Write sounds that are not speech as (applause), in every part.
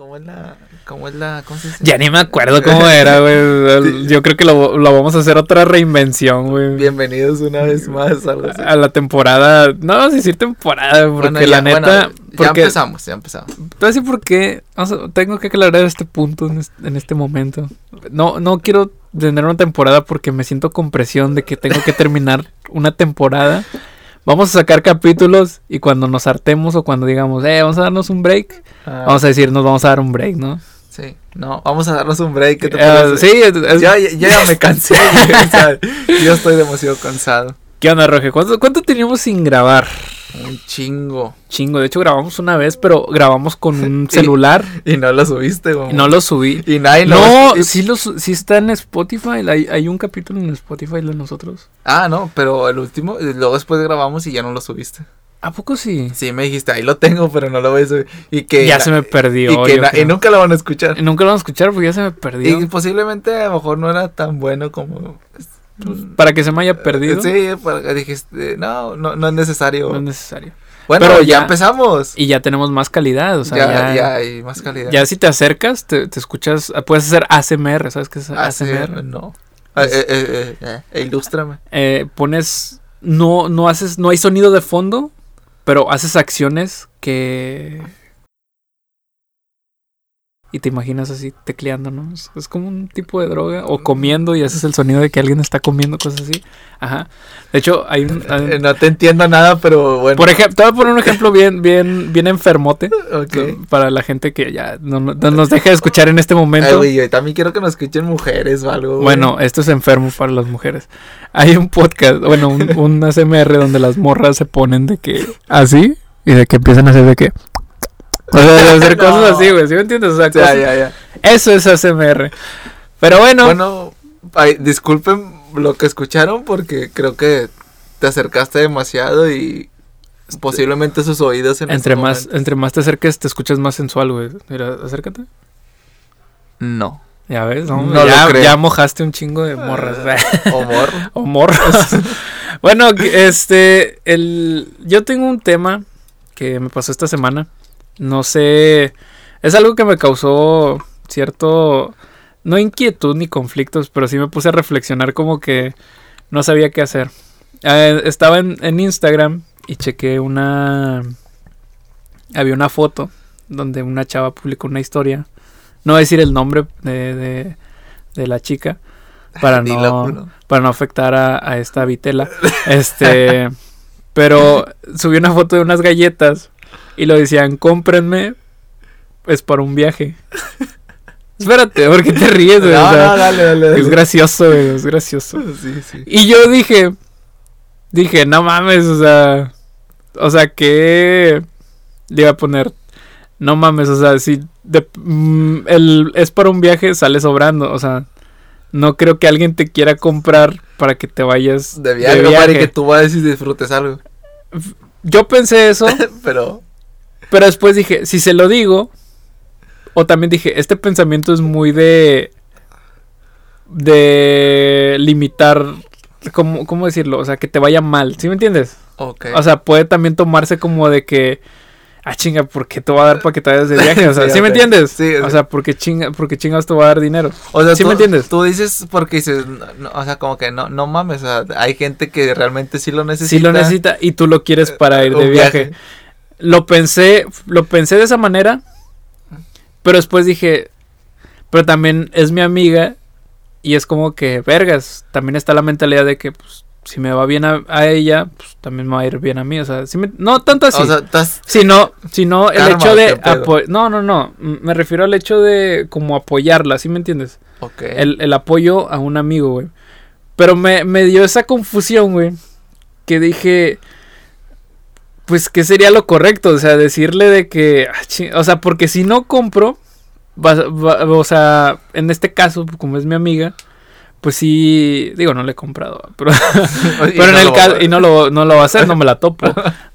¿Cómo es la.? ¿Cómo se dice? Ya ni me (laughs) acuerdo cómo era, güey. Yo creo que lo, lo vamos a hacer otra reinvención, güey. Bienvenidos una (laughs) vez más. Algo así. A la temporada. No vamos a decir temporada, porque Ah, Bueno, ya- la neta. bueno, ya porque, empezamos, ya empezamos. te voy a decir por qué. o sea, tengo que aclarar este punto en es- en este, momento. No, no quiero tener una temporada porque me siento con presión de que tengo (laughs) que terminar una temporada. Vamos a sacar capítulos y cuando nos hartemos o cuando digamos, eh, vamos a darnos un break, Ah, vamos a decir, nos vamos a dar un break, ¿no? Ah, Sí, no, vamos a darnos un break. ¿Qué te Eh, parece? sí, es- es- Ya, ya, ya me (laughs) cansé. güey, o sea, yo estoy demasiado cansado. ¿Qué onda, Roge? ¿Cuánto, cuánto teníamos sin grabar? Un chingo. Chingo, de hecho grabamos una vez, pero grabamos con un (laughs) Y- celular Y no lo subiste, güey. y no lo subí. Y nadie lo No, y- sí, lo su- sí está en Spotify, hay, hay un capítulo en Spotify de nosotros. Ah, no, pero el último, eh, luego después grabamos y ya no lo subiste. ¿A poco sí? Sí, me dijiste, ahí lo tengo, pero no lo voy a subir. Y que. ya na- se me perdió. y, que yo na- y creo. nunca lo van a escuchar. Y nunca lo van a escuchar porque ya se me perdió. Y posiblemente a lo mejor no era tan bueno como. pues, Pues, Para que se me haya perdido, Sí, para- dijiste, no, no, no es necesario. no es necesario. bueno, pero ya, ya- empezamos. Y ya tenemos más calidad, o sea, ya, ya, ya hay más calidad. ya si te acercas, te, te escuchas, puedes hacer ASMR, ¿sabes qué es Ah, sí, ASMR? no. Ah, Pues, eh, eh, eh, eh, ilústrame. eh, pones no no haces no hay sonido de fondo pero haces acciones que y te imaginas así tecleando no es, es como un tipo de droga o comiendo y haces el sonido de que alguien está comiendo cosas así ajá de hecho hay un hay un- Eh, no te entiendo nada, pero bueno. por ejemplo te voy a poner un ejemplo bien bien bien enfermote (laughs) Ok. para la gente que ya no, (laughs) no- no nos deja de escuchar en este Ay, momento güey, yo también quiero que nos escuchen mujeres o algo. güey. Bueno, esto es enfermo para las mujeres. Hay un podcast, bueno, (laughs) un, un ASMR donde las morras se ponen de que así y de que empiezan a hacer de que. O sea, de (laughs) hacer No. cosas así, güey, ¿sí me entiendes? O sea, O sea, cosas- ya, ya. eso es ASMR. Pero bueno, Bueno, ay, disculpen lo que escucharon porque creo que te acercaste demasiado y posiblemente sus oídos en Este, entre este más momento- entre más te acerques, te escuchas más sensual, güey. Mira, acércate. No. Ya ves, no, No lo ya, creo. ya mojaste un chingo de morras. (laughs) (laughs) O mor. o morros. (laughs) bueno, que- este, el, yo tengo un tema que me pasó esta semana. No sé, es algo que me causó cierto, no inquietud ni conflictos, pero sí me puse a reflexionar como que no sabía qué hacer. Eh, estaba en, en Instagram y chequé una, había una foto donde una chava publicó una historia. No voy a decir el nombre de, de- de la chica para (laughs) no Dilo, no. para no afectar a, a esta vitela. Este, (laughs) pero subí una foto de unas galletas y lo decían, cómprenme, es para un viaje. (laughs) Espérate, ¿por qué te ríes, güey? O No, sea, no, dale, dale. es dale. gracioso, güey, es gracioso. (laughs) Sí, sí. Y yo dije, dije, no mames, o sea, o sea, que le iba a poner, no mames, o sea, si de- mm, el, es para un viaje, sale sobrando, o sea, no creo que alguien te quiera comprar para que te vayas De viaje, Mari, que tú vas y disfrutes algo. (laughs) Yo pensé eso, Pero. pero después dije, si se lo digo, o también dije, este pensamiento es muy de, de limitar, ¿cómo, cómo decirlo? O sea, que te vaya mal, ¿sí me entiendes? Ok. O sea, puede también tomarse como de que, ah, chinga, ¿por qué te va a dar para que te vayas de viaje? O (laughs) sea, Sí, ¿sí, ok. me entiendes? Sí, sí. O sea, ¿por qué, chinga, por qué chingados te va a dar dinero? O sea, ¿sí tú, me entiendes? Tú dices porque dices, no, no, o sea, como que no, no mames, o sea, hay gente que realmente sí lo necesita. Si lo necesita y tú lo quieres para ir de un viaje. Lo pensé, lo pensé de esa manera, pero después dije, pero también es mi amiga y es como que, vergas, también está la mentalidad de que, pues, si me va bien a, a ella, pues también me va a ir bien a mí. O sea, sí me- no tanto así. O sea, estás sino sino el Karma, hecho de ¿qué pedo? apo- no no no m- me refiero al hecho de como apoyarla ¿sí me entiendes? Ok. (laughs) (laughs) El, el apoyo a un amigo güey pero me, me dio esa confusión güey que dije pues qué sería lo correcto o sea decirle de que ah, chi- o sea porque si no compro vas- va- o sea en este caso como es mi amiga pues sí digo no le he comprado (laughs) pero (laughs) Oye, pero en no el lo- caso, y no lo, no lo va a hacer, no me la (laughs) topo,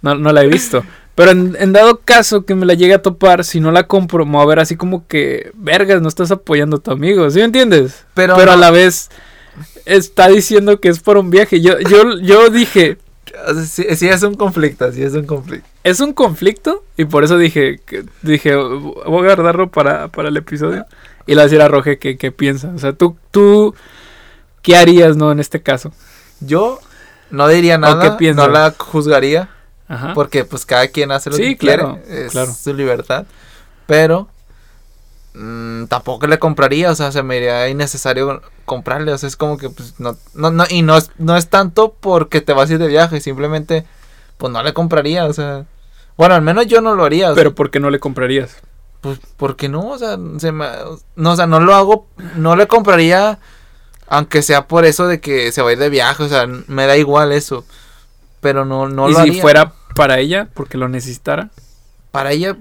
no, no la he visto. Pero en, en dado caso que me la llegue a topar, si no la compro, me va a ver así como que, vergas, no estás apoyando a tu amigo, ¿sí me entiendes? Pero, Pero a no- la vez está diciendo que es por un viaje. Yo, yo, yo dije, O sea, sí, sí es un conflicto, sí es un conflicto. Es un conflicto y por eso dije, que- dije, voy a guardarlo para, para el episodio. Y le voy a decir a Roge qué qué piensa. O sea, tú, tú, ¿qué harías, no, en este caso? Yo no diría nada, qué piensas? no la juzgaría, Ajá. porque pues cada quien hace lo Sí, que claro, quiere, es claro. su libertad, pero mm, tampoco le compraría, o sea, se me iría innecesario comprarle, o sea, es como que pues no, no, no y no es, no es tanto porque te vas a ir de viaje, simplemente pues no le compraría, o sea, bueno, al menos yo no lo haría, o sea, Pero ¿por qué no le comprarías? pues porque no, o sea, se me- no, o sea, no lo hago, no le compraría, aunque sea por eso de que se va a ir de viaje, o sea, n- me da igual eso, pero no, no y lo si haría. fuera para ella, porque lo necesitara. Para ella,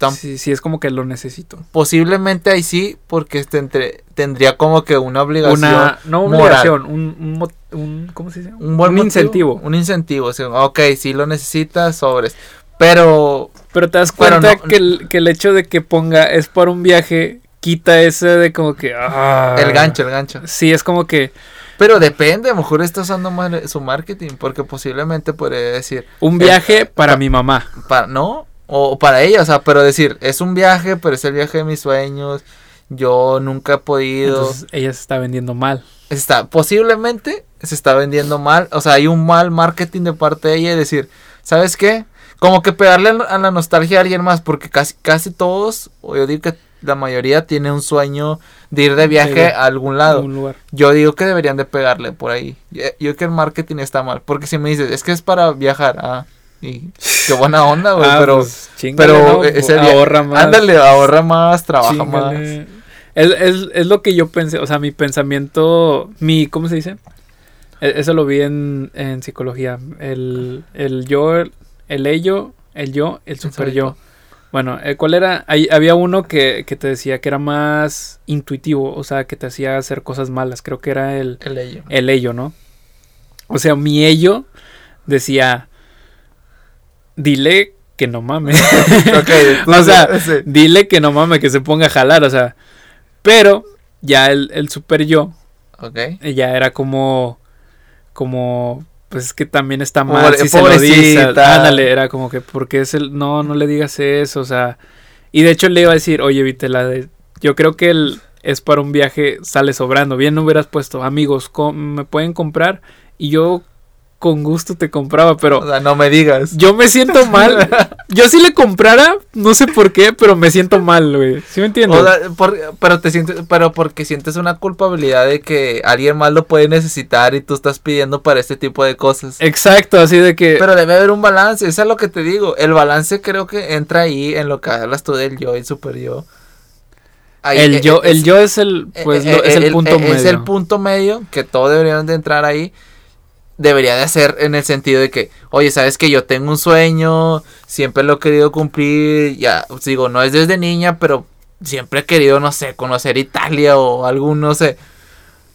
tam- Sí, sí, es como que lo necesito. posiblemente ahí sí, porque este entre- tendría como que una obligación, Una, no moral. obligación, un, un, mo- un- ¿cómo se dice? un, buen motivo, incentivo. Un incentivo, o sea, ok, si lo necesitas, sobres, pero Pero te das Pero cuenta no- que, el, que el hecho de que ponga es para un viaje, quita ese de como que... ah. el gancho, el gancho. Sí, es como que Pero depende, a lo mejor está usando mal su marketing, porque posiblemente podría decir... un El- viaje para mi mamá. para no o para ella, o sea, pero decir, es un viaje, pero es el viaje de mis sueños. Yo nunca he podido. Entonces ella se está vendiendo mal. está posiblemente se está vendiendo mal, o sea, hay un mal marketing de parte de ella y decir, ¿sabes qué? Como que pegarle a la- a la nostalgia a alguien más porque casi casi todos, o yo digo que la mayoría tiene un sueño de ir de viaje vi- a algún En lado. un lugar. Yo digo que deberían de pegarle por ahí. Yo, yo creo que el marketing está mal, porque si me dices, es que es para viajar, ah, y qué buena onda, güey, (laughs) Ah, pero pues, chíngale, pero ¿no? ese día- ahorra más. Ándale, ahorra más, trabaja más. chíngale. Es, es, es lo que yo pensé, o sea, mi pensamiento, mi, ¿cómo se dice? E- Eso lo vi en, en psicología. El, el yo, el, el ello, el yo, el super yo. Bueno, eh, ¿cuál era? Ahí había uno que, que te decía que era más intuitivo, o sea, que te hacía hacer cosas malas. Creo que era el, El (laughs) ello. el ello, ¿no? O sea, mi ello decía, dile que no mames. (laughs) (laughs) Ok, o sea, sí. dile que no mames, que se ponga a jalar, o sea. Pero ya el, el super yo Ok. eh, ya era como, como, pues es que también está mal Pobre- si se lo dice. pobrecita. Ándale, era como que, porque es el, no, no le digas eso, o sea. Y de hecho le iba a decir, oye, viste la de, yo creo que el es para un viaje, sale sobrando. Bien, no hubieras puesto, amigos, com- me pueden comprar y yo con gusto te compraba, pero O sea, no me digas. yo (laughs) me siento mal. Yo si le comprara, no sé por qué, pero me siento mal, güey. ¿Sí me entiendes? O sea, por- pero te sientes, pero porque sientes una culpabilidad de que alguien más lo puede necesitar y tú estás pidiendo para este tipo de cosas. Exacto, así de que... Pero debe haber un balance, eso es lo que te digo. El balance creo que entra ahí en lo que hablas tú del yo y el super yo. Ahí, el eh, yo, eh, el yo es el, pues, Eh, lo- eh, es el, punto medio. Es el punto medio que todos deberían de entrar ahí. Debería de hacer en el sentido de que, oye, sabes que yo tengo un sueño, siempre lo he querido cumplir, ya, os digo, no es desde niña, pero siempre he querido, no sé, conocer Italia o algún, no sé.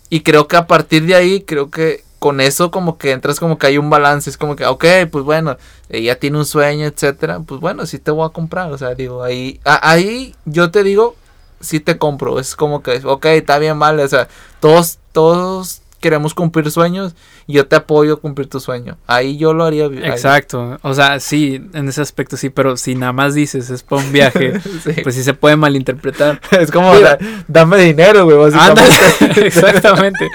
Y creo que a partir de ahí, creo que con eso como que entras como que hay un balance, es como que, ok, pues bueno, ella tiene un sueño, etcétera, pues bueno, sí te voy a comprar, o sea, digo, ahí, a- ahí yo te digo, sí te compro, es como que, ok, está bien, vale, o sea, todos, todos queremos cumplir sueños y yo te apoyo a cumplir tu sueño, ahí yo lo haría. ahí. Exacto. O sea, sí, en ese aspecto sí, pero si nada más dices es para un viaje, (laughs) Sí. pues sí se puede malinterpretar. es como, o sea, dame dinero, güey, (laughs) Ándale, (laughs) básicamente. exactamente.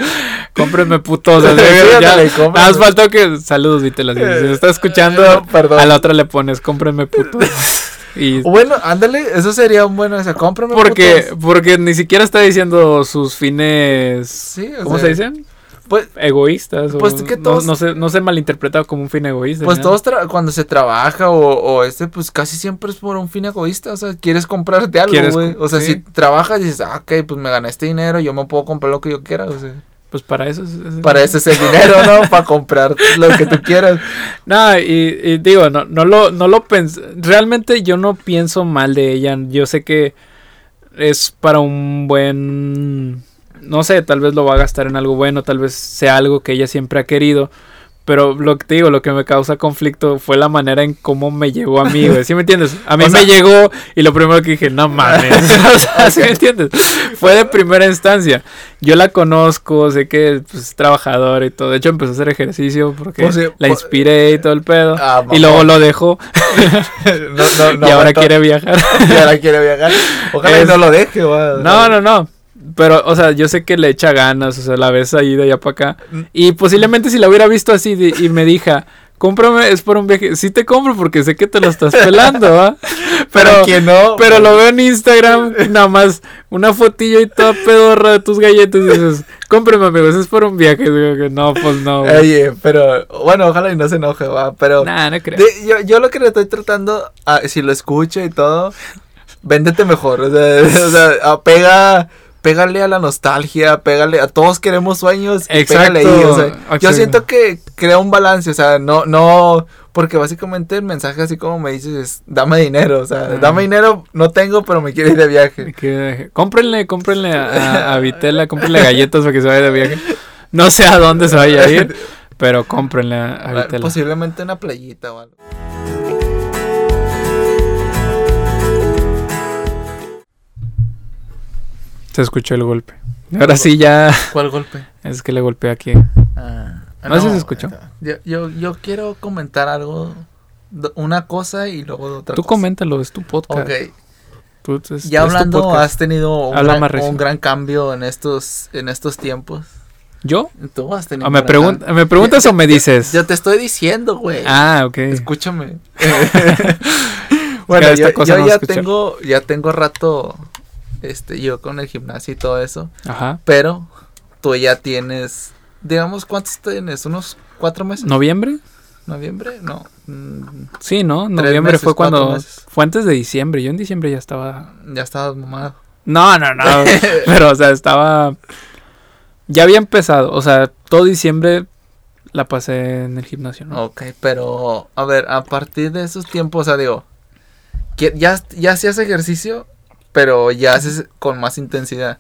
(laughs) Cómprenme putos. así, Sí, ya- ándale, cómprame. nada más faltó que... Saludos, Vitelas. (laughs) Si se está escuchando, No, perdón. a la otra le pones, (laughs) cómprenme putos. Y O Bueno, ándale, eso sería un buen, o sea, cómprame. Porque, putos. porque ni siquiera está diciendo sus fines. Sí, o ¿Cómo sea, se dicen? Pues, Egoístas. o Pues que no- todos- No, se, no se malinterpreta como un fin egoísta. Pues ¿no? todos tra- cuando se trabaja o, o este, pues casi siempre es por un fin egoísta, o sea, quieres comprarte algo, Quieres güey. com- O sea, sí. si trabajas dices, ah, ok, pues me gané este dinero, yo me puedo comprar lo que yo quiera, o sea, Pues para eso. es- es- para eso es el dinero, (laughs) ¿no? Para comprar lo que tú quieras. No, y, y digo, no, no lo, no lo pens- Realmente yo no pienso mal de ella. Yo sé que es para un buen. No sé, tal vez lo va a gastar en algo bueno, tal vez sea algo que ella siempre ha querido. Pero lo que te digo, lo que me causa conflicto fue la manera en cómo me llegó a mí, güey. ¿Sí me entiendes? A (laughs) mí O me sea- llegó y lo primero que dije, no mames. (laughs) o sea, ¿sí me entiendes? Fue de primera instancia. Yo la conozco, sé que pues, es trabajadora y todo. De hecho, empezó a hacer ejercicio porque O sea, la po- inspiré y todo el pedo. Ah, y mamón. luego lo dejó (laughs) No, no, no (laughs) y ahora aguantó. quiere viajar. (laughs) Y ahora quiere viajar. Ojalá Es- y no lo deje, güey. No, no, no. Pero, o sea, yo sé que le echa ganas, o sea, la ves ahí de allá para acá. Mm. Y posiblemente si la hubiera visto así de- y me dija, cómprame, es por un viaje. Sí te compro porque sé que te lo estás pelando, (laughs) ¿va? Pero, Pero que no. pero lo veo en Instagram, nada más una fotillo y toda pedorra de tus galletas y dices, cómprame, amigos, es por un viaje. Digo que no, pues no. güey. Oye, pero bueno, ojalá y no se enoje, va. Pero Nah, no creo. de- yo, yo lo que le estoy tratando, ah, si lo escucha y todo, véndete mejor. O sea, (laughs) o sea, ah, pega, pégale a la nostalgia, pégale a todos queremos sueños. y Exacto, pégale ahí, o sea, yo exacto. siento que crea un balance, o sea, no, no, porque básicamente el mensaje así como me dices es, dame dinero, o sea, Ah. dame dinero, no tengo, pero me quiero ir de viaje. Que- cómprenle, cómprenle a, a- a Vitela, cómprenle galletas para que se vaya de viaje. No sé a dónde se vaya a ir, pero cómprenle a, a Ah, Vitela. Posiblemente una playita o algo. Se escuchó el golpe. Ahora sí ya ¿Cuál golpe? es que le golpeé aquí. Ah, No sé si se escuchó. Yo, yo, yo quiero comentar algo, do- una cosa y luego otra Tú cosa. coméntalo, es tu podcast. Ok, Tú- es- es tu ya hablando, podcast. has tenido un Habla más gran, recio. un gran cambio en estos, en estos tiempos. ¿Yo? Tú has tenido Ah, un me, gran pregun- cambio. ¿Me preguntas o me (laughs) dices? Yo te estoy diciendo, güey. Ah, ok. (laughs) Escúchame. Es bueno, que esta yo, cosa yo no ya escuché. tengo, ya tengo rato, este, yo con el gimnasio y todo eso. Ajá. Pero tú ya tienes, digamos, ¿cuántos tienes? ¿Unos cuatro meses? ¿Noviembre? ¿Noviembre? No. mm, Sí, ¿no? Noviembre meses, fue cuando... cuatro meses. Fue antes de diciembre. Yo en diciembre ya estaba ya estabas mamado. No, (laughs) no, (laughs) no. Pero, o sea, estaba. Ya había empezado. O sea, todo diciembre la pasé en el gimnasio, ¿no? Ok, pero a ver, a partir de esos tiempos, o sea, digo, que ya, ya hacías ejercicio, pero ya haces con más intensidad.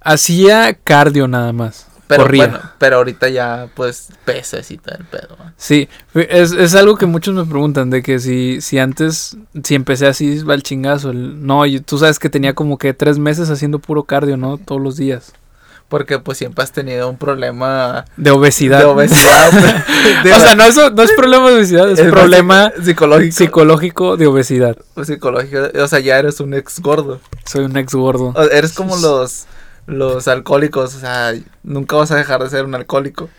Hacía cardio nada más. Pero Corría. bueno, pero ahorita ya, pues, pesas y todo el pedo. ¿no? Sí, fue- es, es algo que muchos me preguntan, de que si, si antes, si empecé así, va el chingazo. el- no, yo- tú sabes que tenía como que tres meses haciendo puro cardio, ¿no? Todos los días. Porque pues siempre has tenido un problema De obesidad. (laughs) de obesidad. (laughs) de- o sea, no, eso, no es problema de obesidad, es, es problema básico- psicológico. psicológico de obesidad. psicológico. O sea, ya eres un ex gordo. Soy un ex gordo. O- Eres como los los alcohólicos, o sea, nunca vas a dejar de ser un alcohólico.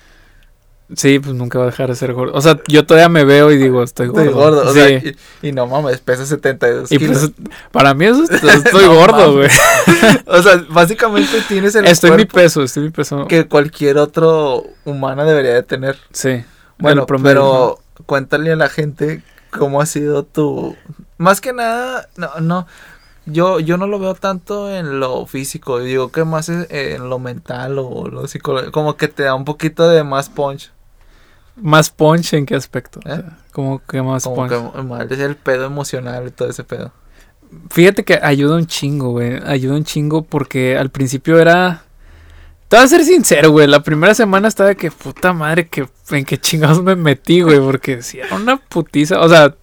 Sí, pues nunca va a dejar de ser gordo. O sea, yo todavía me veo y digo, estoy gordo. Estoy gordo, o sí. sea, y, y no mames, pesa 72 y kilos. pues, para (laughs) mí eso es- estoy No gordo, güey. (laughs) o sea, básicamente tienes el Estoy en mi cuerpo peso, estoy en mi peso. que cualquier otro humano debería de tener. Sí. Bueno, el promedio, ¿no? pero cuéntale a la gente cómo ha sido tu... Más que nada, no, no, yo, yo no lo veo tanto en lo físico, digo que más es en lo mental o lo psicológico, como que te da un poquito de más punch. ¿Más punch en qué aspecto? O ¿Eh? sea, ¿Cómo que más Como punch? que más es el pedo emocional y todo ese pedo. Fíjate que ayuda un chingo, güey. Ayuda un chingo porque al principio era... Te voy a ser sincero, güey. La primera semana estaba de que puta madre, que en qué chingados me metí, güey. Porque si era una putiza. O sea,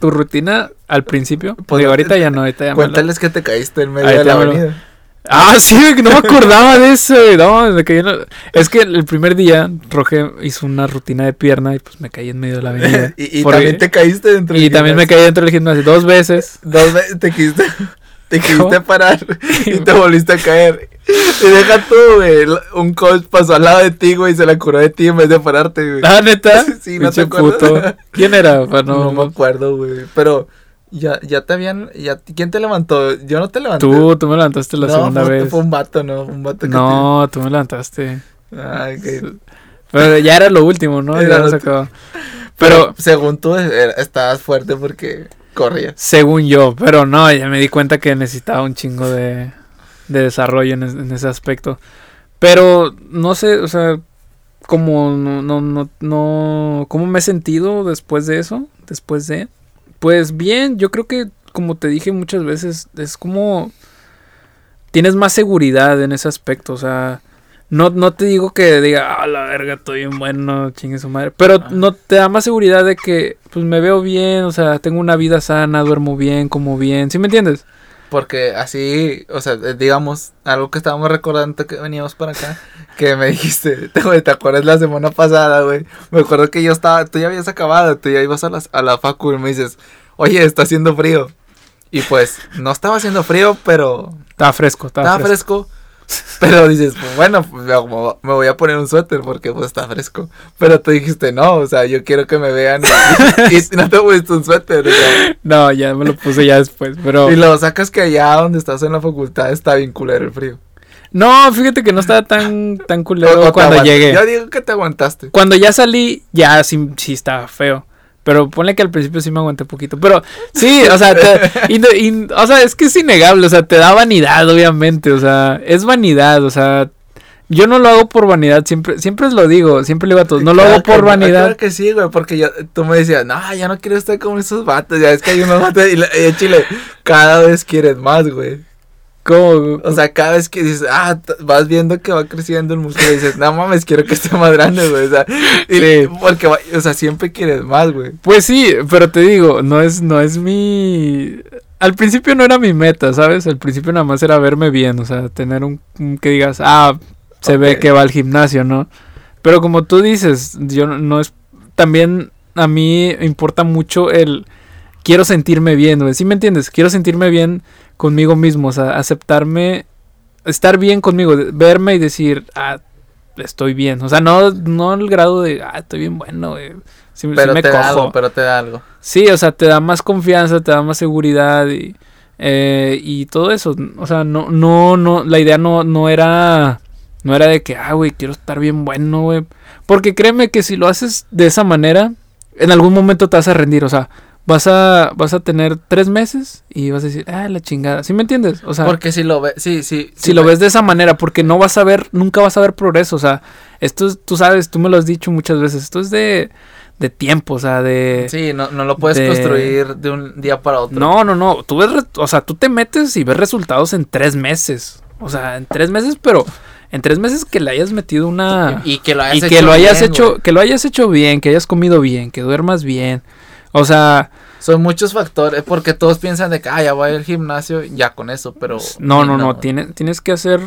tu rutina al principio. Pues, digo, ahorita ya no, ahorita ya me la- Cuéntales que te caíste en medio Ahí de te la hablo. avenida. Ah, sí, güey, que no me acordaba de eso, güey. No, me caí en la- Es que el primer día Roge hizo una rutina de pierna y pues me caí en medio de la avenida. (laughs) Y, y Porque- también te caíste dentro del y también me gimnasio. caí dentro del gimnasio dos (laughs) veces. Dos veces te quisiste, (laughs) te quisiste ¿Cómo? (laughs) parar y te volviste a caer. Y deja tú, güey. el- Un coach pasó al lado de ti, güey, y se la curó de ti en vez de pararte, güey. Ah, neta. Sí, no te Pinche acuerdas. ¿Quién era? Para No, no, me acuerdo, güey. Pero ya, ya te habían. Ya, ¿Quién te levantó? Yo no te levanté. tú, tú me levantaste la no, segunda fue, vez. Fue un vato, ¿no? Un vato que No, tú me levantaste. te- Ah, ok. Pero ya era lo último, (laughs) ¿no? Era Ya lo se último. acabó. Pero Pero según tú era- estabas fuerte porque corrías. Según yo, pero no, ya me di cuenta que necesitaba un chingo de, de desarrollo en, es- en ese aspecto. Pero no sé, o sea, como no, no, no, no, ¿cómo me he sentido después de eso? Después de... Pues bien, yo creo que, como te dije muchas veces, es como... Tienes más seguridad en ese aspecto, o sea, No, no te digo que diga, ah, la verga, estoy bien bueno, chingue su madre. Pero Ah. no te da más seguridad de que, pues me veo bien, o sea, tengo una vida sana, duermo bien, como bien, ¿sí me entiendes? Porque así, o sea, eh, digamos, algo que estábamos recordando que veníamos para acá, que me (laughs) dijiste, te, güey, ¿te acuerdas la semana pasada, güey? Me acuerdo que yo estaba, tú ya habías acabado, tú ya ibas a, las, a la facu y me dices, oye, está haciendo frío. Y pues, no estaba haciendo frío, pero Está fresco, está, estaba fresco. fresco. Pero dices, pues, bueno, pues, me voy- me voy a poner un suéter porque pues está fresco. Pero tú dijiste, no, o sea, yo quiero que me vean y, y no te pusiste un suéter. o sea, No, ya me lo puse ya después, pero... (laughs) y lo sacas que allá donde estás en la facultad está bien culero el frío. No, fíjate que no estaba tan, tan culero O- o te cuando aguant- llegué. Yo digo que te aguantaste. Cuando ya salí, ya sí, sí estaba feo. Pero ponle que al principio sí me aguanté poquito. Pero sí, o sea, te- y no- y- o sea, es que es innegable. O sea, te da vanidad, obviamente. O sea, es vanidad. O sea, yo no lo hago por vanidad. Siempre siempre lo digo. Siempre le digo a todos. Pues No lo Claro hago que por no, Claro vanidad. que sí, güey, porque yo, tú me decías, no, ya no quiero estar con esos vatos, ya es que hay unos vatos y, la- y en Chile cada vez quieren más, güey. Como- O sea, cada vez que dices, ah, t- vas viendo que va creciendo el músculo y dices, no mames, quiero que esté más grande, güey. O sea, y- Sí. porque, va- o sea, siempre quieres más, güey. Pues sí, pero te digo, no es, no es mi. Al principio no era mi meta, ¿sabes? Al principio nada más era verme bien, o sea, tener un, un que digas, ah, se ve Ok. que va al gimnasio, ¿no? Pero como tú dices, yo no, no es. También a mí importa mucho el. Quiero sentirme bien, güey. ¿Sí me entiendes? Quiero sentirme bien conmigo mismo, o sea, aceptarme. Estar bien conmigo, de- verme y decir, ah, estoy bien. O sea, no, no el grado de, ah, estoy bien bueno, güey. Sí- sí Pero me te da cojo. algo, pero te da algo. Sí, o sea, te da más confianza, te da más seguridad y, eh, y todo eso. O sea, no, no, no, la idea no, no era, no era de que, ah, güey, quiero estar bien bueno, güey. Porque créeme que si lo haces de esa manera, en algún momento te vas a rendir, o sea, vas a, vas a tener tres meses y vas a decir, ah, la chingada, ¿sí me entiendes? O sea, porque si lo ves, sí, sí. si lo ves de esa manera, porque no vas a ver, nunca vas a ver progreso, o sea, esto es, tú sabes, tú me lo has dicho muchas veces, esto es de, de tiempo, o sea, de... Sí, no, no lo puedes de- construir de un día para otro. No, no, no. Tú ves, re- o sea, tú te metes y ves resultados en tres meses. O sea, en tres meses, pero en tres meses que le hayas metido una Y que lo hayas Ah, y hecho. que lo hayas bien, hecho, güey. que lo hayas hecho bien, que hayas comido bien, que duermas bien. O sea, Son muchos factores, porque todos piensan de que, ah, ya voy al gimnasio, ya con eso, pero... no, no, no. güey. (laughs) Tienes, tienes que hacer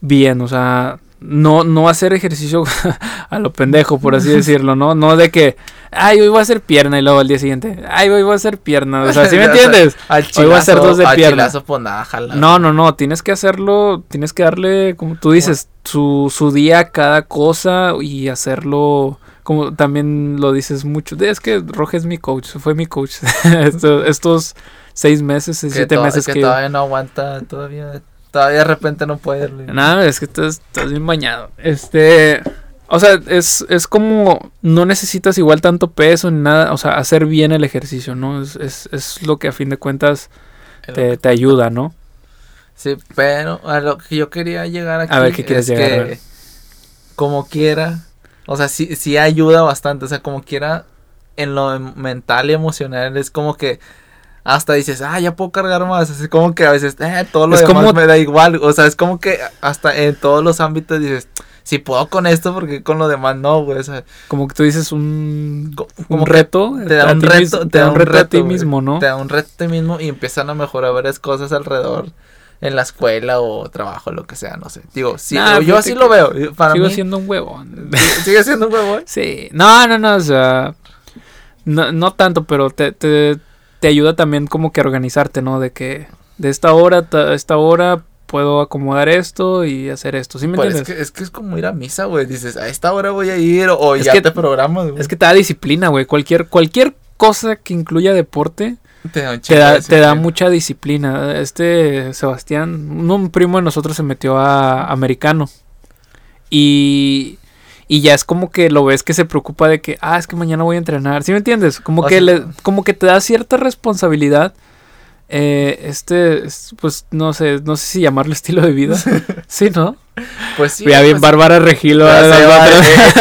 bien. O sea, no, no hacer ejercicio (laughs) a lo pendejo, (laughs) por así decirlo, ¿no? No de que, ay, hoy voy a hacer pierna y luego al día siguiente, ay, hoy voy a hacer pierna. O sea, ¿sí me (laughs) Ya, o sea, entiendes? Al Hoy voy a hacer chilazo- dos de al pierna. chilazo, pues nada, jala. No, no, no, tienes que hacerlo, tienes que darle, como tú dices, su, su día a cada cosa y hacerlo, como también lo dices mucho, de- es que Roge es mi coach, fue mi coach (laughs) estos, estos seis meses, seis, Que siete to- meses que, que... todavía no aguanta, todavía... Todavía de repente no puede. güey. Nada, es que estás, estás bien bañado. Este, o sea, es, es como, no necesitas igual tanto peso ni nada, o sea, hacer bien el ejercicio, ¿no? Es, es, es lo que a fin de cuentas te, te ayuda, ¿no? Sí, pero a lo que yo quería llegar aquí... A ver, ¿qué quieres es llegar? A que, ver. como quiera, o sea, sí, sí ayuda bastante, o sea, como quiera, en lo em- mental y emocional, es como que... Hasta dices, ah, ya puedo cargar más. Así como que a veces, eh, todo lo Es demás como- me da igual. O sea, es como que hasta en todos los ámbitos dices, si puedo con esto, porque con lo demás no, güey. O sea, Como que tú dices un, co- un como que reto. te da a un ti reto, mismo- te te da da un un reto a reto, ti güey. mismo, ¿no? te da un reto a ti mismo y empiezan a mejorar varias cosas alrededor en la escuela o trabajo, lo que sea, no sé. Digo, sí, Nah, o yo fíjate así que lo veo. y Para Sigo mí, siendo un huevo. (laughs) sigue siendo un huevón. sí. No, no, no, o sea, no, no tanto, pero te, te, te ayuda también como que a organizarte, ¿no? De que de esta hora ta- a esta hora puedo acomodar esto y hacer esto, (laughs) ¿sí me Pues es entiendes? que, es que es como ir a misa, güey. Dices, a esta hora voy a ir o, Es ya que- te programas, güey. Es que te da disciplina, güey. Cualquier, cualquier cosa que incluya deporte te da un te chingo de da, te da disciplina. mucha disciplina. Este Sebastián, un, un primo de nosotros se metió a americano. Y, y ya es como que lo ves que se preocupa de que, ah, es que mañana voy a entrenar. ¿Sí me entiendes? Como, O que, sea- le, como que te da cierta responsabilidad. eh, este, es, pues no sé, no sé si llamarlo estilo (laughs) de vida. sí, ¿no? Pues sí. ya bien, pues, Bárbara Regilo. ya ah, se va,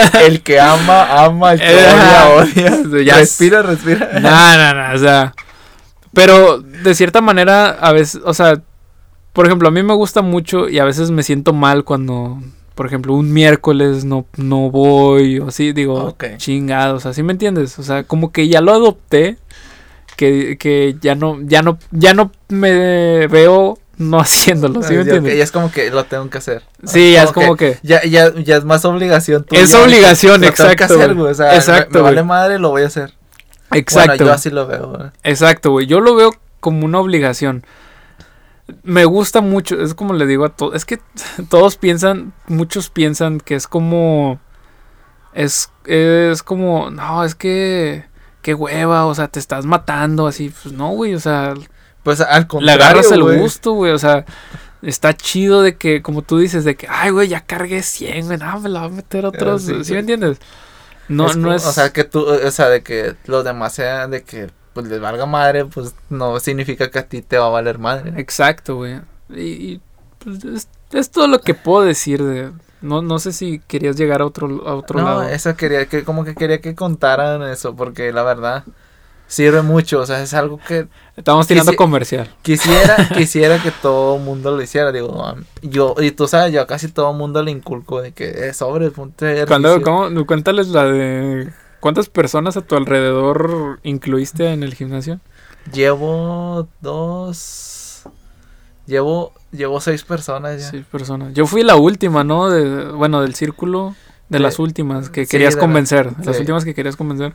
otra- (laughs) eh, el que ama, ama, el que Eh, Ajá. odia, odia. (laughs) (laughs) Ya es- respira, (laughs) respira. No, no, no, o sea. Pero de cierta manera, a veces, o sea, por ejemplo, a mí me gusta mucho y a veces me siento mal cuando por ejemplo, un miércoles no, no voy, o así, digo, Ah, Ok. chingados, así me entiendes. O sea, como que ya lo adopté, que, que ya no, ya no, ya no me veo no (laughs) haciéndolo, ¿sí Ah, me ya, ok, entiendes? ya es como que lo tengo que hacer. Sí, ya es como que- Ya, ya, ya es más obligación tuya. Es obligación, Lo tengo que exacto, hacer, güey. güey, o sea, me- Exacto, me, vale güey. madre, lo voy a hacer. Exacto. Bueno, yo así lo veo. güey. Exacto, güey. Yo lo veo como una obligación. Me gusta mucho, es como le digo a todos, es que (laughs) todos piensan, muchos piensan que es como, es, es como, no, es que, qué hueva, o sea, te estás matando, así, pues no, güey, o sea, Pues al le contrario. agarras el güey. gusto, güey, o sea, está chido de que, como tú dices, de que, ay, güey, ya cargué 100, güey, no, me la voy a meter otros, Eh, sí, ¿sí, güey. me entiendes? No, Es no como- es... O sea, que tú, o sea, de que los demás sean de que pues les valga madre, pues no significa que a ti te va a valer madre. Exacto, güey. Y, y, pues, es, es todo lo que puedo decir de... No, no sé si querías llegar a otro, a otro no, lado. eso quería que como que quería que contaran eso porque la verdad sirve mucho, o sea, es algo que Estamos tirando quisi- comercial. (laughs) quisiera quisiera que todo mundo lo hiciera, digo, a mí- yo y tú sabes, yo a casi todo mundo le inculco de que es sobre ponte Cuando, ejercicio". ¿cómo? Cuéntales la de... ¿Cuántas personas a tu alrededor incluiste en el gimnasio? llevo dos llevo llevo seis personas ya. Sí, personas. Yo fui la última, ¿no? De, bueno, del círculo. De Sí. las últimas que Sí, querías de la- convencer. de Las sí. últimas que querías convencer.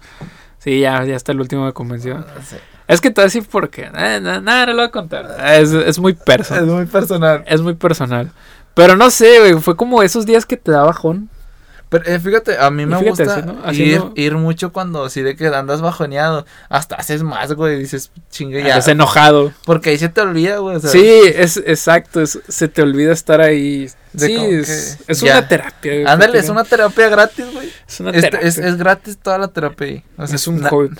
Sí, ya, ya está el último que convenció. Sí. Es que te voy a decir por qué. Eh, Nada, no lo voy a contar. Es, es muy personal. Es muy personal. Es muy personal. Pero no sé, güey, fue como esos días que te da bajón. Pero eh, fíjate, a mí Y me fíjate, gusta así, ¿no? ir, Haciendo- ir mucho cuando así de que andas bajoneado. Hasta haces más, güey. Dices, chingue ya. Estás enojado. Porque ahí se te olvida, güey. o sea, Ah, pues sí, es exacto, es- se te olvida estar ahí. De sí, como que es, es ya. una terapia. güey, Ándale, es prácticamente. una terapia gratis, güey. es una Es, terapia. es- es gratis toda la terapia. ahí. O sea, Es un na- hobby.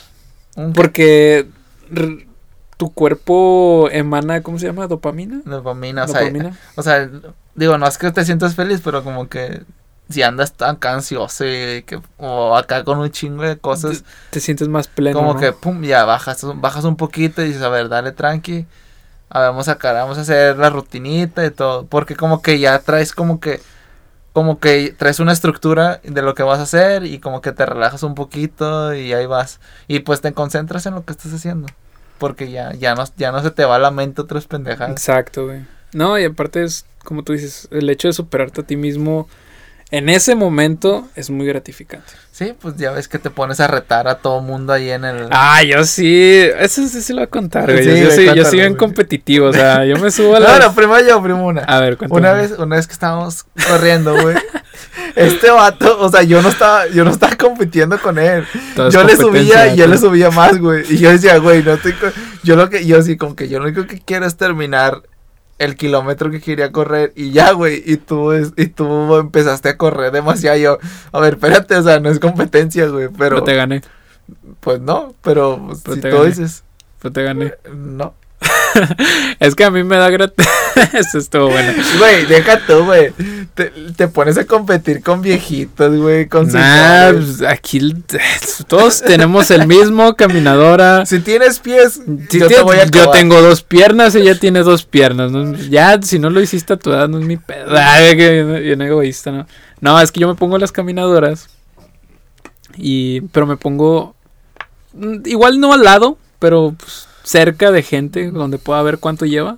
un- Porque r- tu cuerpo emana, ¿cómo se llama? ¿Dopamina? Dopamina, o sea, ¿Dopamina? o sea, digo, no es que te sientas feliz, pero como que si andas tan ansioso y que, o acá con un chingo de cosas, te sientes más pleno. como ¿no? que pum, ya bajas, un- bajas un poquito y dices, a ver, dale tranqui. A ver, vamos a sacar, vamos a hacer la rutinita y todo. Porque como que ya traes como que, como que traes una estructura de lo que vas a hacer y como que te relajas un poquito y ahí vas. Y pues te concentras en lo que estás haciendo. Porque ya, ya no, ya no se te va a la mente otras pendejadas. Exacto, güey. No, y aparte es, como tú dices, el hecho de superarte a ti mismo en ese momento es muy gratificante. Sí, pues ya ves que te pones a retar a todo mundo ahí en el... Ah, yo sí. Eso sí se lo voy a contar, güey. Sí, güey, yo, soy, yo soy cuéntalo, bien güey. competitivo, o sea, yo me subo (laughs) a No, la. no, primero yo, primo una. a ver, Ah, cuéntame. Una vez, una vez que estábamos corriendo, güey. Este vato, o sea, yo no estaba, yo no estaba compitiendo con él. Todo es yo le competencia, subía y yo tú. le subía más, güey. Y yo decía, güey, no estoy co- yo lo que, yo sí, como que yo lo único que quiero es terminar el kilómetro que quería correr y ya, güey. Y tú, es- y tú empezaste a correr demasiado. y Yo, a ver, espérate, o sea, no es competencia, güey, pero, Pero te gané, pues no, pero, pues, Pero si te tú gané. dices, pero te gané. no. Es que a mí me da gratis. (laughs) Eso estuvo bueno. Güey, deja tú, güey. Te, te pones a competir con viejitos, güey, con Nah, señores. pues, aquí l- todos tenemos el mismo caminadora. Si tienes pies, Sí, yo tienes- te voy a acabar. tengo dos piernas, ella tiene dos piernas. ¿no? Ya, si no lo hiciste a tu edad, no es mi pedo. Ay, que bien- bien egoísta, ¿no? No, es que yo me pongo las caminadoras. Y, pero me pongo. mm, Igual no al lado, pero pues, cerca de gente donde pueda ver cuánto lleva.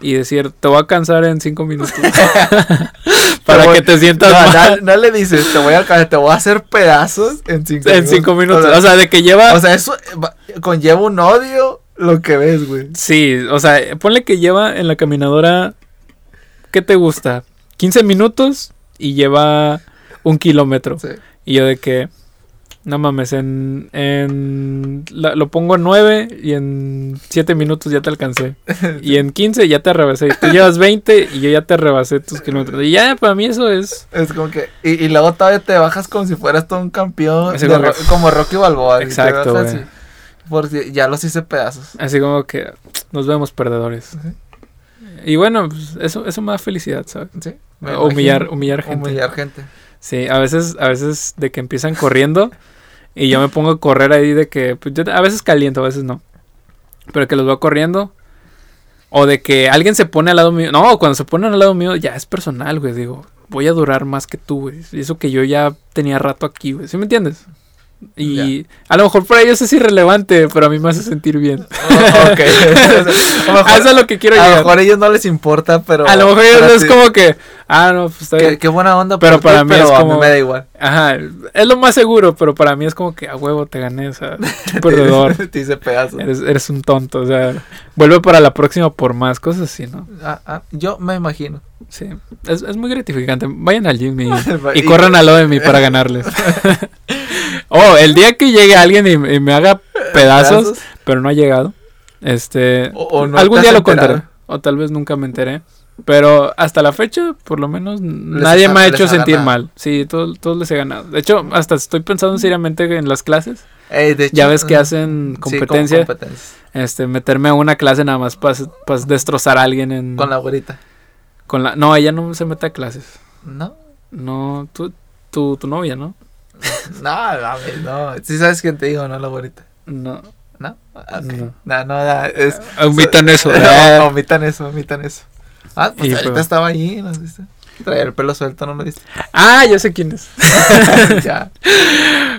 Y decir, te voy a cansar en cinco (laughs) minutos. (laughs) para voy- que te sientas No, mal no, no le dices, te voy a alcanzar, te voy a hacer pedazos en cinco en cinco minutos. O sea, de que lleva. o sea, eso eh, va- conlleva un odio lo que ves, güey. Sí, o sea, ponle que lleva en la caminadora. ¿Qué te gusta? 15 minutos y lleva un kilómetro. Sí. Y yo de que. No mames, en. en la- lo pongo en 9 y en 7 minutos ya te alcancé. Y en 15 ya te rebasé. Tú llevas 20 y yo ya te rebasé tus kilómetros. Y ya, para mí eso es. (laughs) Es como que. Y, y luego todavía te bajas como si fueras todo un campeón. Así de como ro- que- como Rocky Balboa. y te Exacto, bajas güey. así, Porque ya los hice pedazos. Así como que nos vemos perdedores. Ujú. Y bueno, pues, eso, eso me da felicidad, ¿sabes? ¿Sí? Me Humillar, imagino. humillar gente. Humillar gente. Sí, a veces, a veces de que empiezan corriendo y yo me pongo a correr ahí de que, pues, yo a veces caliento, a veces no, pero que los va corriendo o de que alguien se pone al lado mío, no, cuando se ponen al lado mío ya es personal, güey, digo, voy a durar más que tú, güey. Y eso que yo ya tenía rato aquí, güey. ¿Sí me entiendes? Y a lo mejor para ellos es irrelevante, pero a mí me hace sentir bien. (laughs) O- ok. a lo mejor- Eso es lo que quiero a lo llegar. mejor a ellos no les importa, pero. A lo mejor pero es sí, como que, ah, no, pues está bien. Qué, qué buena onda, Pero por ti, para mí es a como- me da (laughs) igual. Ajá, es lo más seguro, pero para mí es como que a huevo te gané, (laughs) o sea, perdedor. Te hice pedazos. Eres, eres un tonto, o sea, vuelve para la próxima por más cosas así, ¿no? Ah, ah, yo me imagino. Sí, es, es muy gratificante. Vayan al (laughs) gym y, y Y- corran al lado de mí (laughs) para ganarles. (laughs) oh, el día que llegue alguien y, y me haga pedazos, pero no ha llegado, este, O- o no algún te has día lo enterado. contaré, o tal vez nunca me enteré. Pero hasta la fecha, por lo menos, Les nadie ha- me ha les hecho ha sentir ganado. mal. Sí, todos, todos les he ganado. De hecho, hasta estoy pensando seriamente en las clases. Eh, de hecho, Ya ves que mm, hacen sí, como competencia. competencia. Este, meterme a una clase nada más para destrozar a alguien en... Con la abuelita. con la- No, ella no se mete a clases. No, No, tú, tú- tu novia, ¿no? no, mames, no. Sí sabes quién te digo, ¿no? La abuelita. No. ¿No? Ah, ok. No. No, no, da, es... Omitan eso. (laughs) No, omitan eso, omitan eso. Ah, pues Y ahorita pues- estaba allí, ¿no viste? Traía el pelo suelto, ¿no lo (laughs) viste? (laughs) ah, ya sé quién es. ya.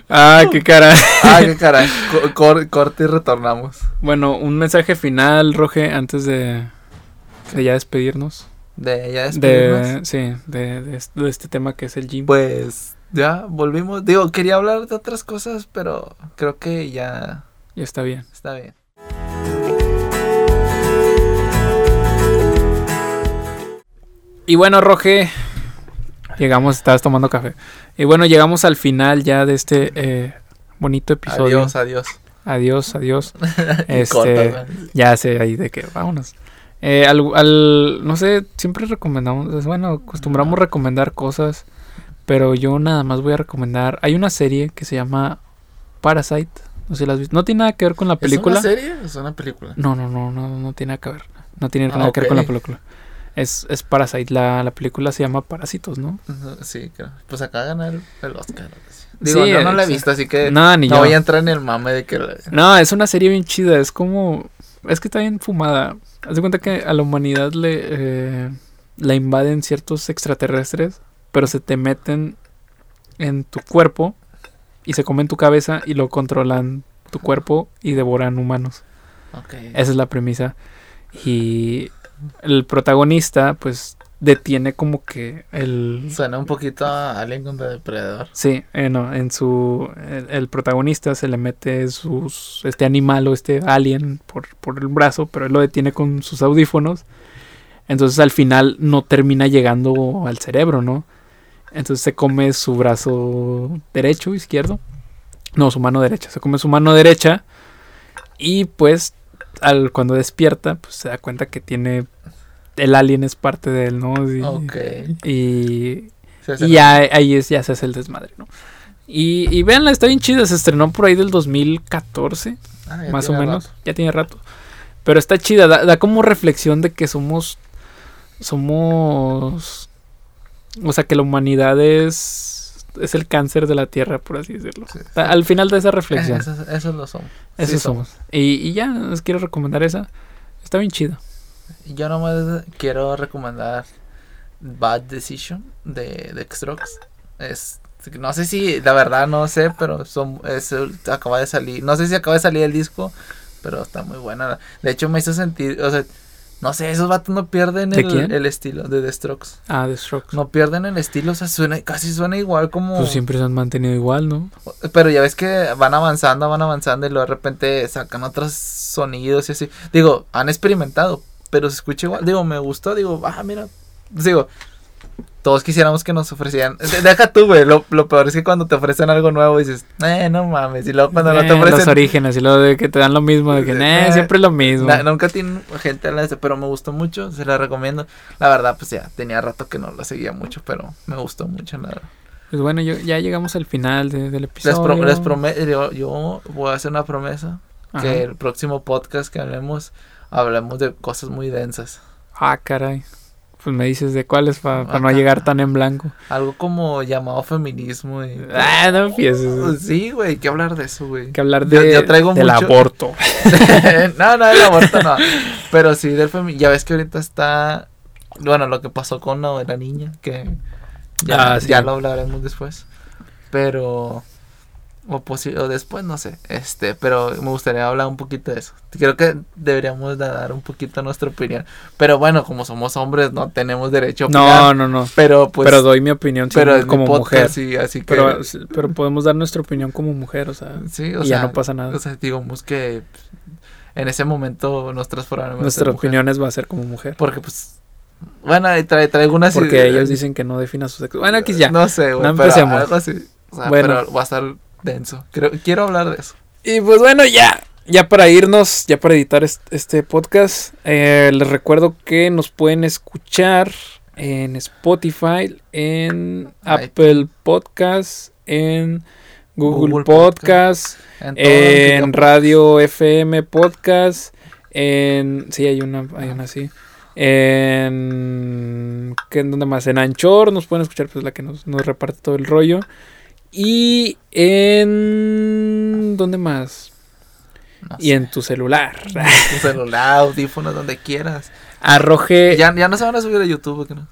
Ah, qué cara. (laughs) Ah, qué caray. Co- cor- corte y retornamos. Bueno, un mensaje final, Roge, antes de, de ya despedirnos. De ya despedirnos. De, sí, de, de este- de este tema que es el gym. Pues ya volvimos. Digo, quería hablar de otras cosas, pero creo que ya Ya está bien. está bien. Y bueno, Roge, llegamos, estabas tomando café. Y bueno, llegamos al final ya de este eh, bonito episodio. Adiós, adiós. Adiós, adiós. (laughs) Y cortas, este, ¿no? ya sé ahí de que vámonos. Eh, al, al- no sé, siempre recomendamos, es bueno, acostumbramos recomendar cosas, pero yo nada más voy a recomendar. Hay una serie que se llama Parasite, no sé si la has visto. No tiene nada que ver con la película. ¿Es Mm. una serie? o ¿Es una película? No, no, no, no, no tiene nada que ver. No tiene Ah, nada que ver con la ok. película. Es, es Parasite, la, la película se llama Parásitos, ¿no? Ujú, Sí, creo. Pues acá ganar el, el Oscar. algo así. Digo, Sí, yo no la he exacto. visto, así que Eh, no, Nada, ni yo. voy a entrar en el mame de que la- No, es una serie bien chida, es como... Es que está bien fumada. Haz de cuenta que a la humanidad le... eh, la invaden ciertos extraterrestres, pero se te meten en tu cuerpo y se comen tu cabeza y lo controlan tu cuerpo y devoran humanos. Ok. Esa es la premisa. Y el protagonista pues detiene como que el... Suena un poquito a Alien contra Depredador. Sí, eh, no, en su. El, el protagonista se le mete sus. Este animal o este alien por, por el brazo, pero él lo detiene con sus audífonos. Entonces al final no termina llegando al cerebro, ¿no? Entonces se come su brazo derecho, izquierdo. No, su mano derecha. Se come su mano derecha. Y pues al, cuando despierta, pues se da cuenta que tiene. El alien es parte de él, ¿no? Y- Ok. y Se hace y ya ahí es, ya se hace el desmadre, ¿no? Y, y véanla, está bien chida. Se estrenó por ahí del 2014, la- Ah, ya más o tiene menos. rato. Ya tiene rato. Pero está chida, da, da como reflexión de que somos. Somos. O sea, que la humanidad es. Es el cáncer de la tierra, por así decirlo. Sí. Eh, Ta- Al final de esa reflexión. Esos, esos lo somos. Eso sí somos. Y, y ya, les quiero recomendar esa. Está bien chida. Yo nomás quiero recomendar Bad Decision de, de Xtrox. Es, no sé si, la verdad no sé, pero son, es, acaba de salir, no sé si acaba de salir el disco, pero está muy buena. De hecho me hizo sentir, o sea, no sé, esos vatos no pierden ¿De el, quién? el estilo de The Strokes. Ah, The Strokes. No pierden el estilo, o sea, suena, casi suena igual como... Pues siempre se han mantenido igual, ¿no? Pero ya ves que van avanzando, van avanzando y luego de repente sacan otros sonidos y así. Digo, han experimentado, pero se escucha igual. Digo, me gustó, digo, ah, mira. Digo, todos quisiéramos que nos ofrecieran. (laughs) de- Deja tú, güey. Lo, lo peor es que cuando te ofrecen algo nuevo dices, eh, no mames. Y luego cuando no te Eh, los ofrecen. orígenes y lo de que te dan lo mismo, de que "Nah, Eh, siempre lo mismo. na- nunca tiene gente a la de- pero me gustó mucho, se la recomiendo. La verdad, pues ya tenía rato que no la seguía mucho, pero me gustó mucho, la verdad. Pues bueno, yo- ya llegamos al final de- del Les, episodio. pro- les prometo, yo- yo voy a hacer una promesa. Ajá. que el próximo podcast que hablemos, hablemos de cosas muy densas. Ah, caray. Pues me dices de cuáles para Ah, no ca- llegar tan en blanco. Algo como llamado feminismo y... Ah, no empieces. Sí, güey, hay que hablar de eso, güey. Hay que hablar Pues, Yo- de, yo traigo del mucho- aborto. (laughs) no, no, el aborto no. Pero sí, del feminismo. Ya ves que ahorita está... Bueno, lo que pasó con la, la niña, que Ya, Ah, sí. ya lo hablaremos después. Pero. O, posi- o después, no sé. Este, pero me gustaría hablar un poquito de eso. Creo que deberíamos da- dar un poquito nuestra opinión. Pero bueno, como somos hombres, no tenemos derecho a No, opinar. no, no. Pero pues. pero doy mi opinión sin- pero es mi como mujer. podcast y así que. Pero, pero podemos dar nuestra opinión como mujer, o sea, sí, o y ya sea, no pasa nada. o sea, digamos que en ese momento nos transformamos. en nuestra mujer. opinión es va a ser como mujer. Porque pues. Bueno, ahí trae, trae algunas Porque ideas. ellos dicen que no defina su sexo. Bueno, aquí ya. No sé, güey. No pero empecemos. algo así. O sea, Bueno. pero va a estar denso. Creo- quiero hablar de eso. Y pues bueno, ya. Ya para irnos, ya para editar est- este podcast, eh, les recuerdo que nos pueden escuchar en Spotify, en Ay. Apple Podcast, en Google, Google Podcast, En todo lo en que- Radio FM Podcast, en... Sí, hay una, hay una así. En... ¿qué, en ¿Dónde más? En Anchor, nos pueden escuchar, pues la que nos, nos reparte todo el rollo. Y en... ¿Dónde más? no Y en tu celular. sé, tu celular, audífonos, donde quieras. (laughs) Arroje... ya, ya no se van a subir a YouTube, ¿por qué no?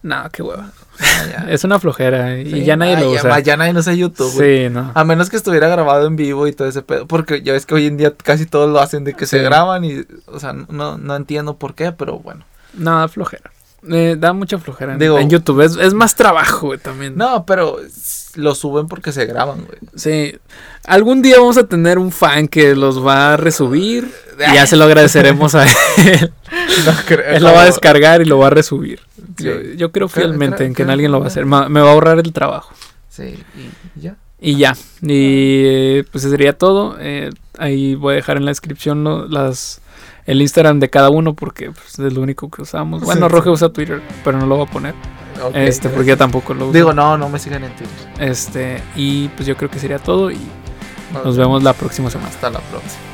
No, qué hueva. Ah, ya. Es una flojera eh, Sí, (laughs) y ya nadie ah, lo ya, usa. Ya nadie usa YouTube, güey. sí, no. A menos que estuviera grabado en vivo y todo ese pedo. Porque ya ves que hoy en día casi todos lo hacen de que se Sí. graban y, o sea, no, no entiendo por qué, pero bueno. No, da flojera. Eh, da mucha flojera en, Digo- en YouTube. Es, es más trabajo güey, también. No, pero s- lo suben porque se graban, güey. (laughs) Sí. Algún día vamos a tener un fan que los va (laughs) a resubir. Y ya se lo agradeceremos a él. No creo. Él lo va a como- descargar y lo va a resubir. Sí. Yo, yo Creo- creo fielmente creo- en que en creo- alguien lo va a hacer. Ma- Me va a ahorrar el trabajo. Sí, y ya. Y ya. Y eh, pues eso sería todo. Eh, ahí voy a dejar en la descripción ¿no? las el Instagram de cada uno porque pues, es lo único que usamos. Bueno, Sí. Roge usa Twitter, pero no lo va a poner. Ok, este, porque yo tampoco lo uso. Digo, no, no me sigan en Twitter. Este, y pues yo creo que sería todo y No, nos vemos la próxima semana. Hasta la próxima.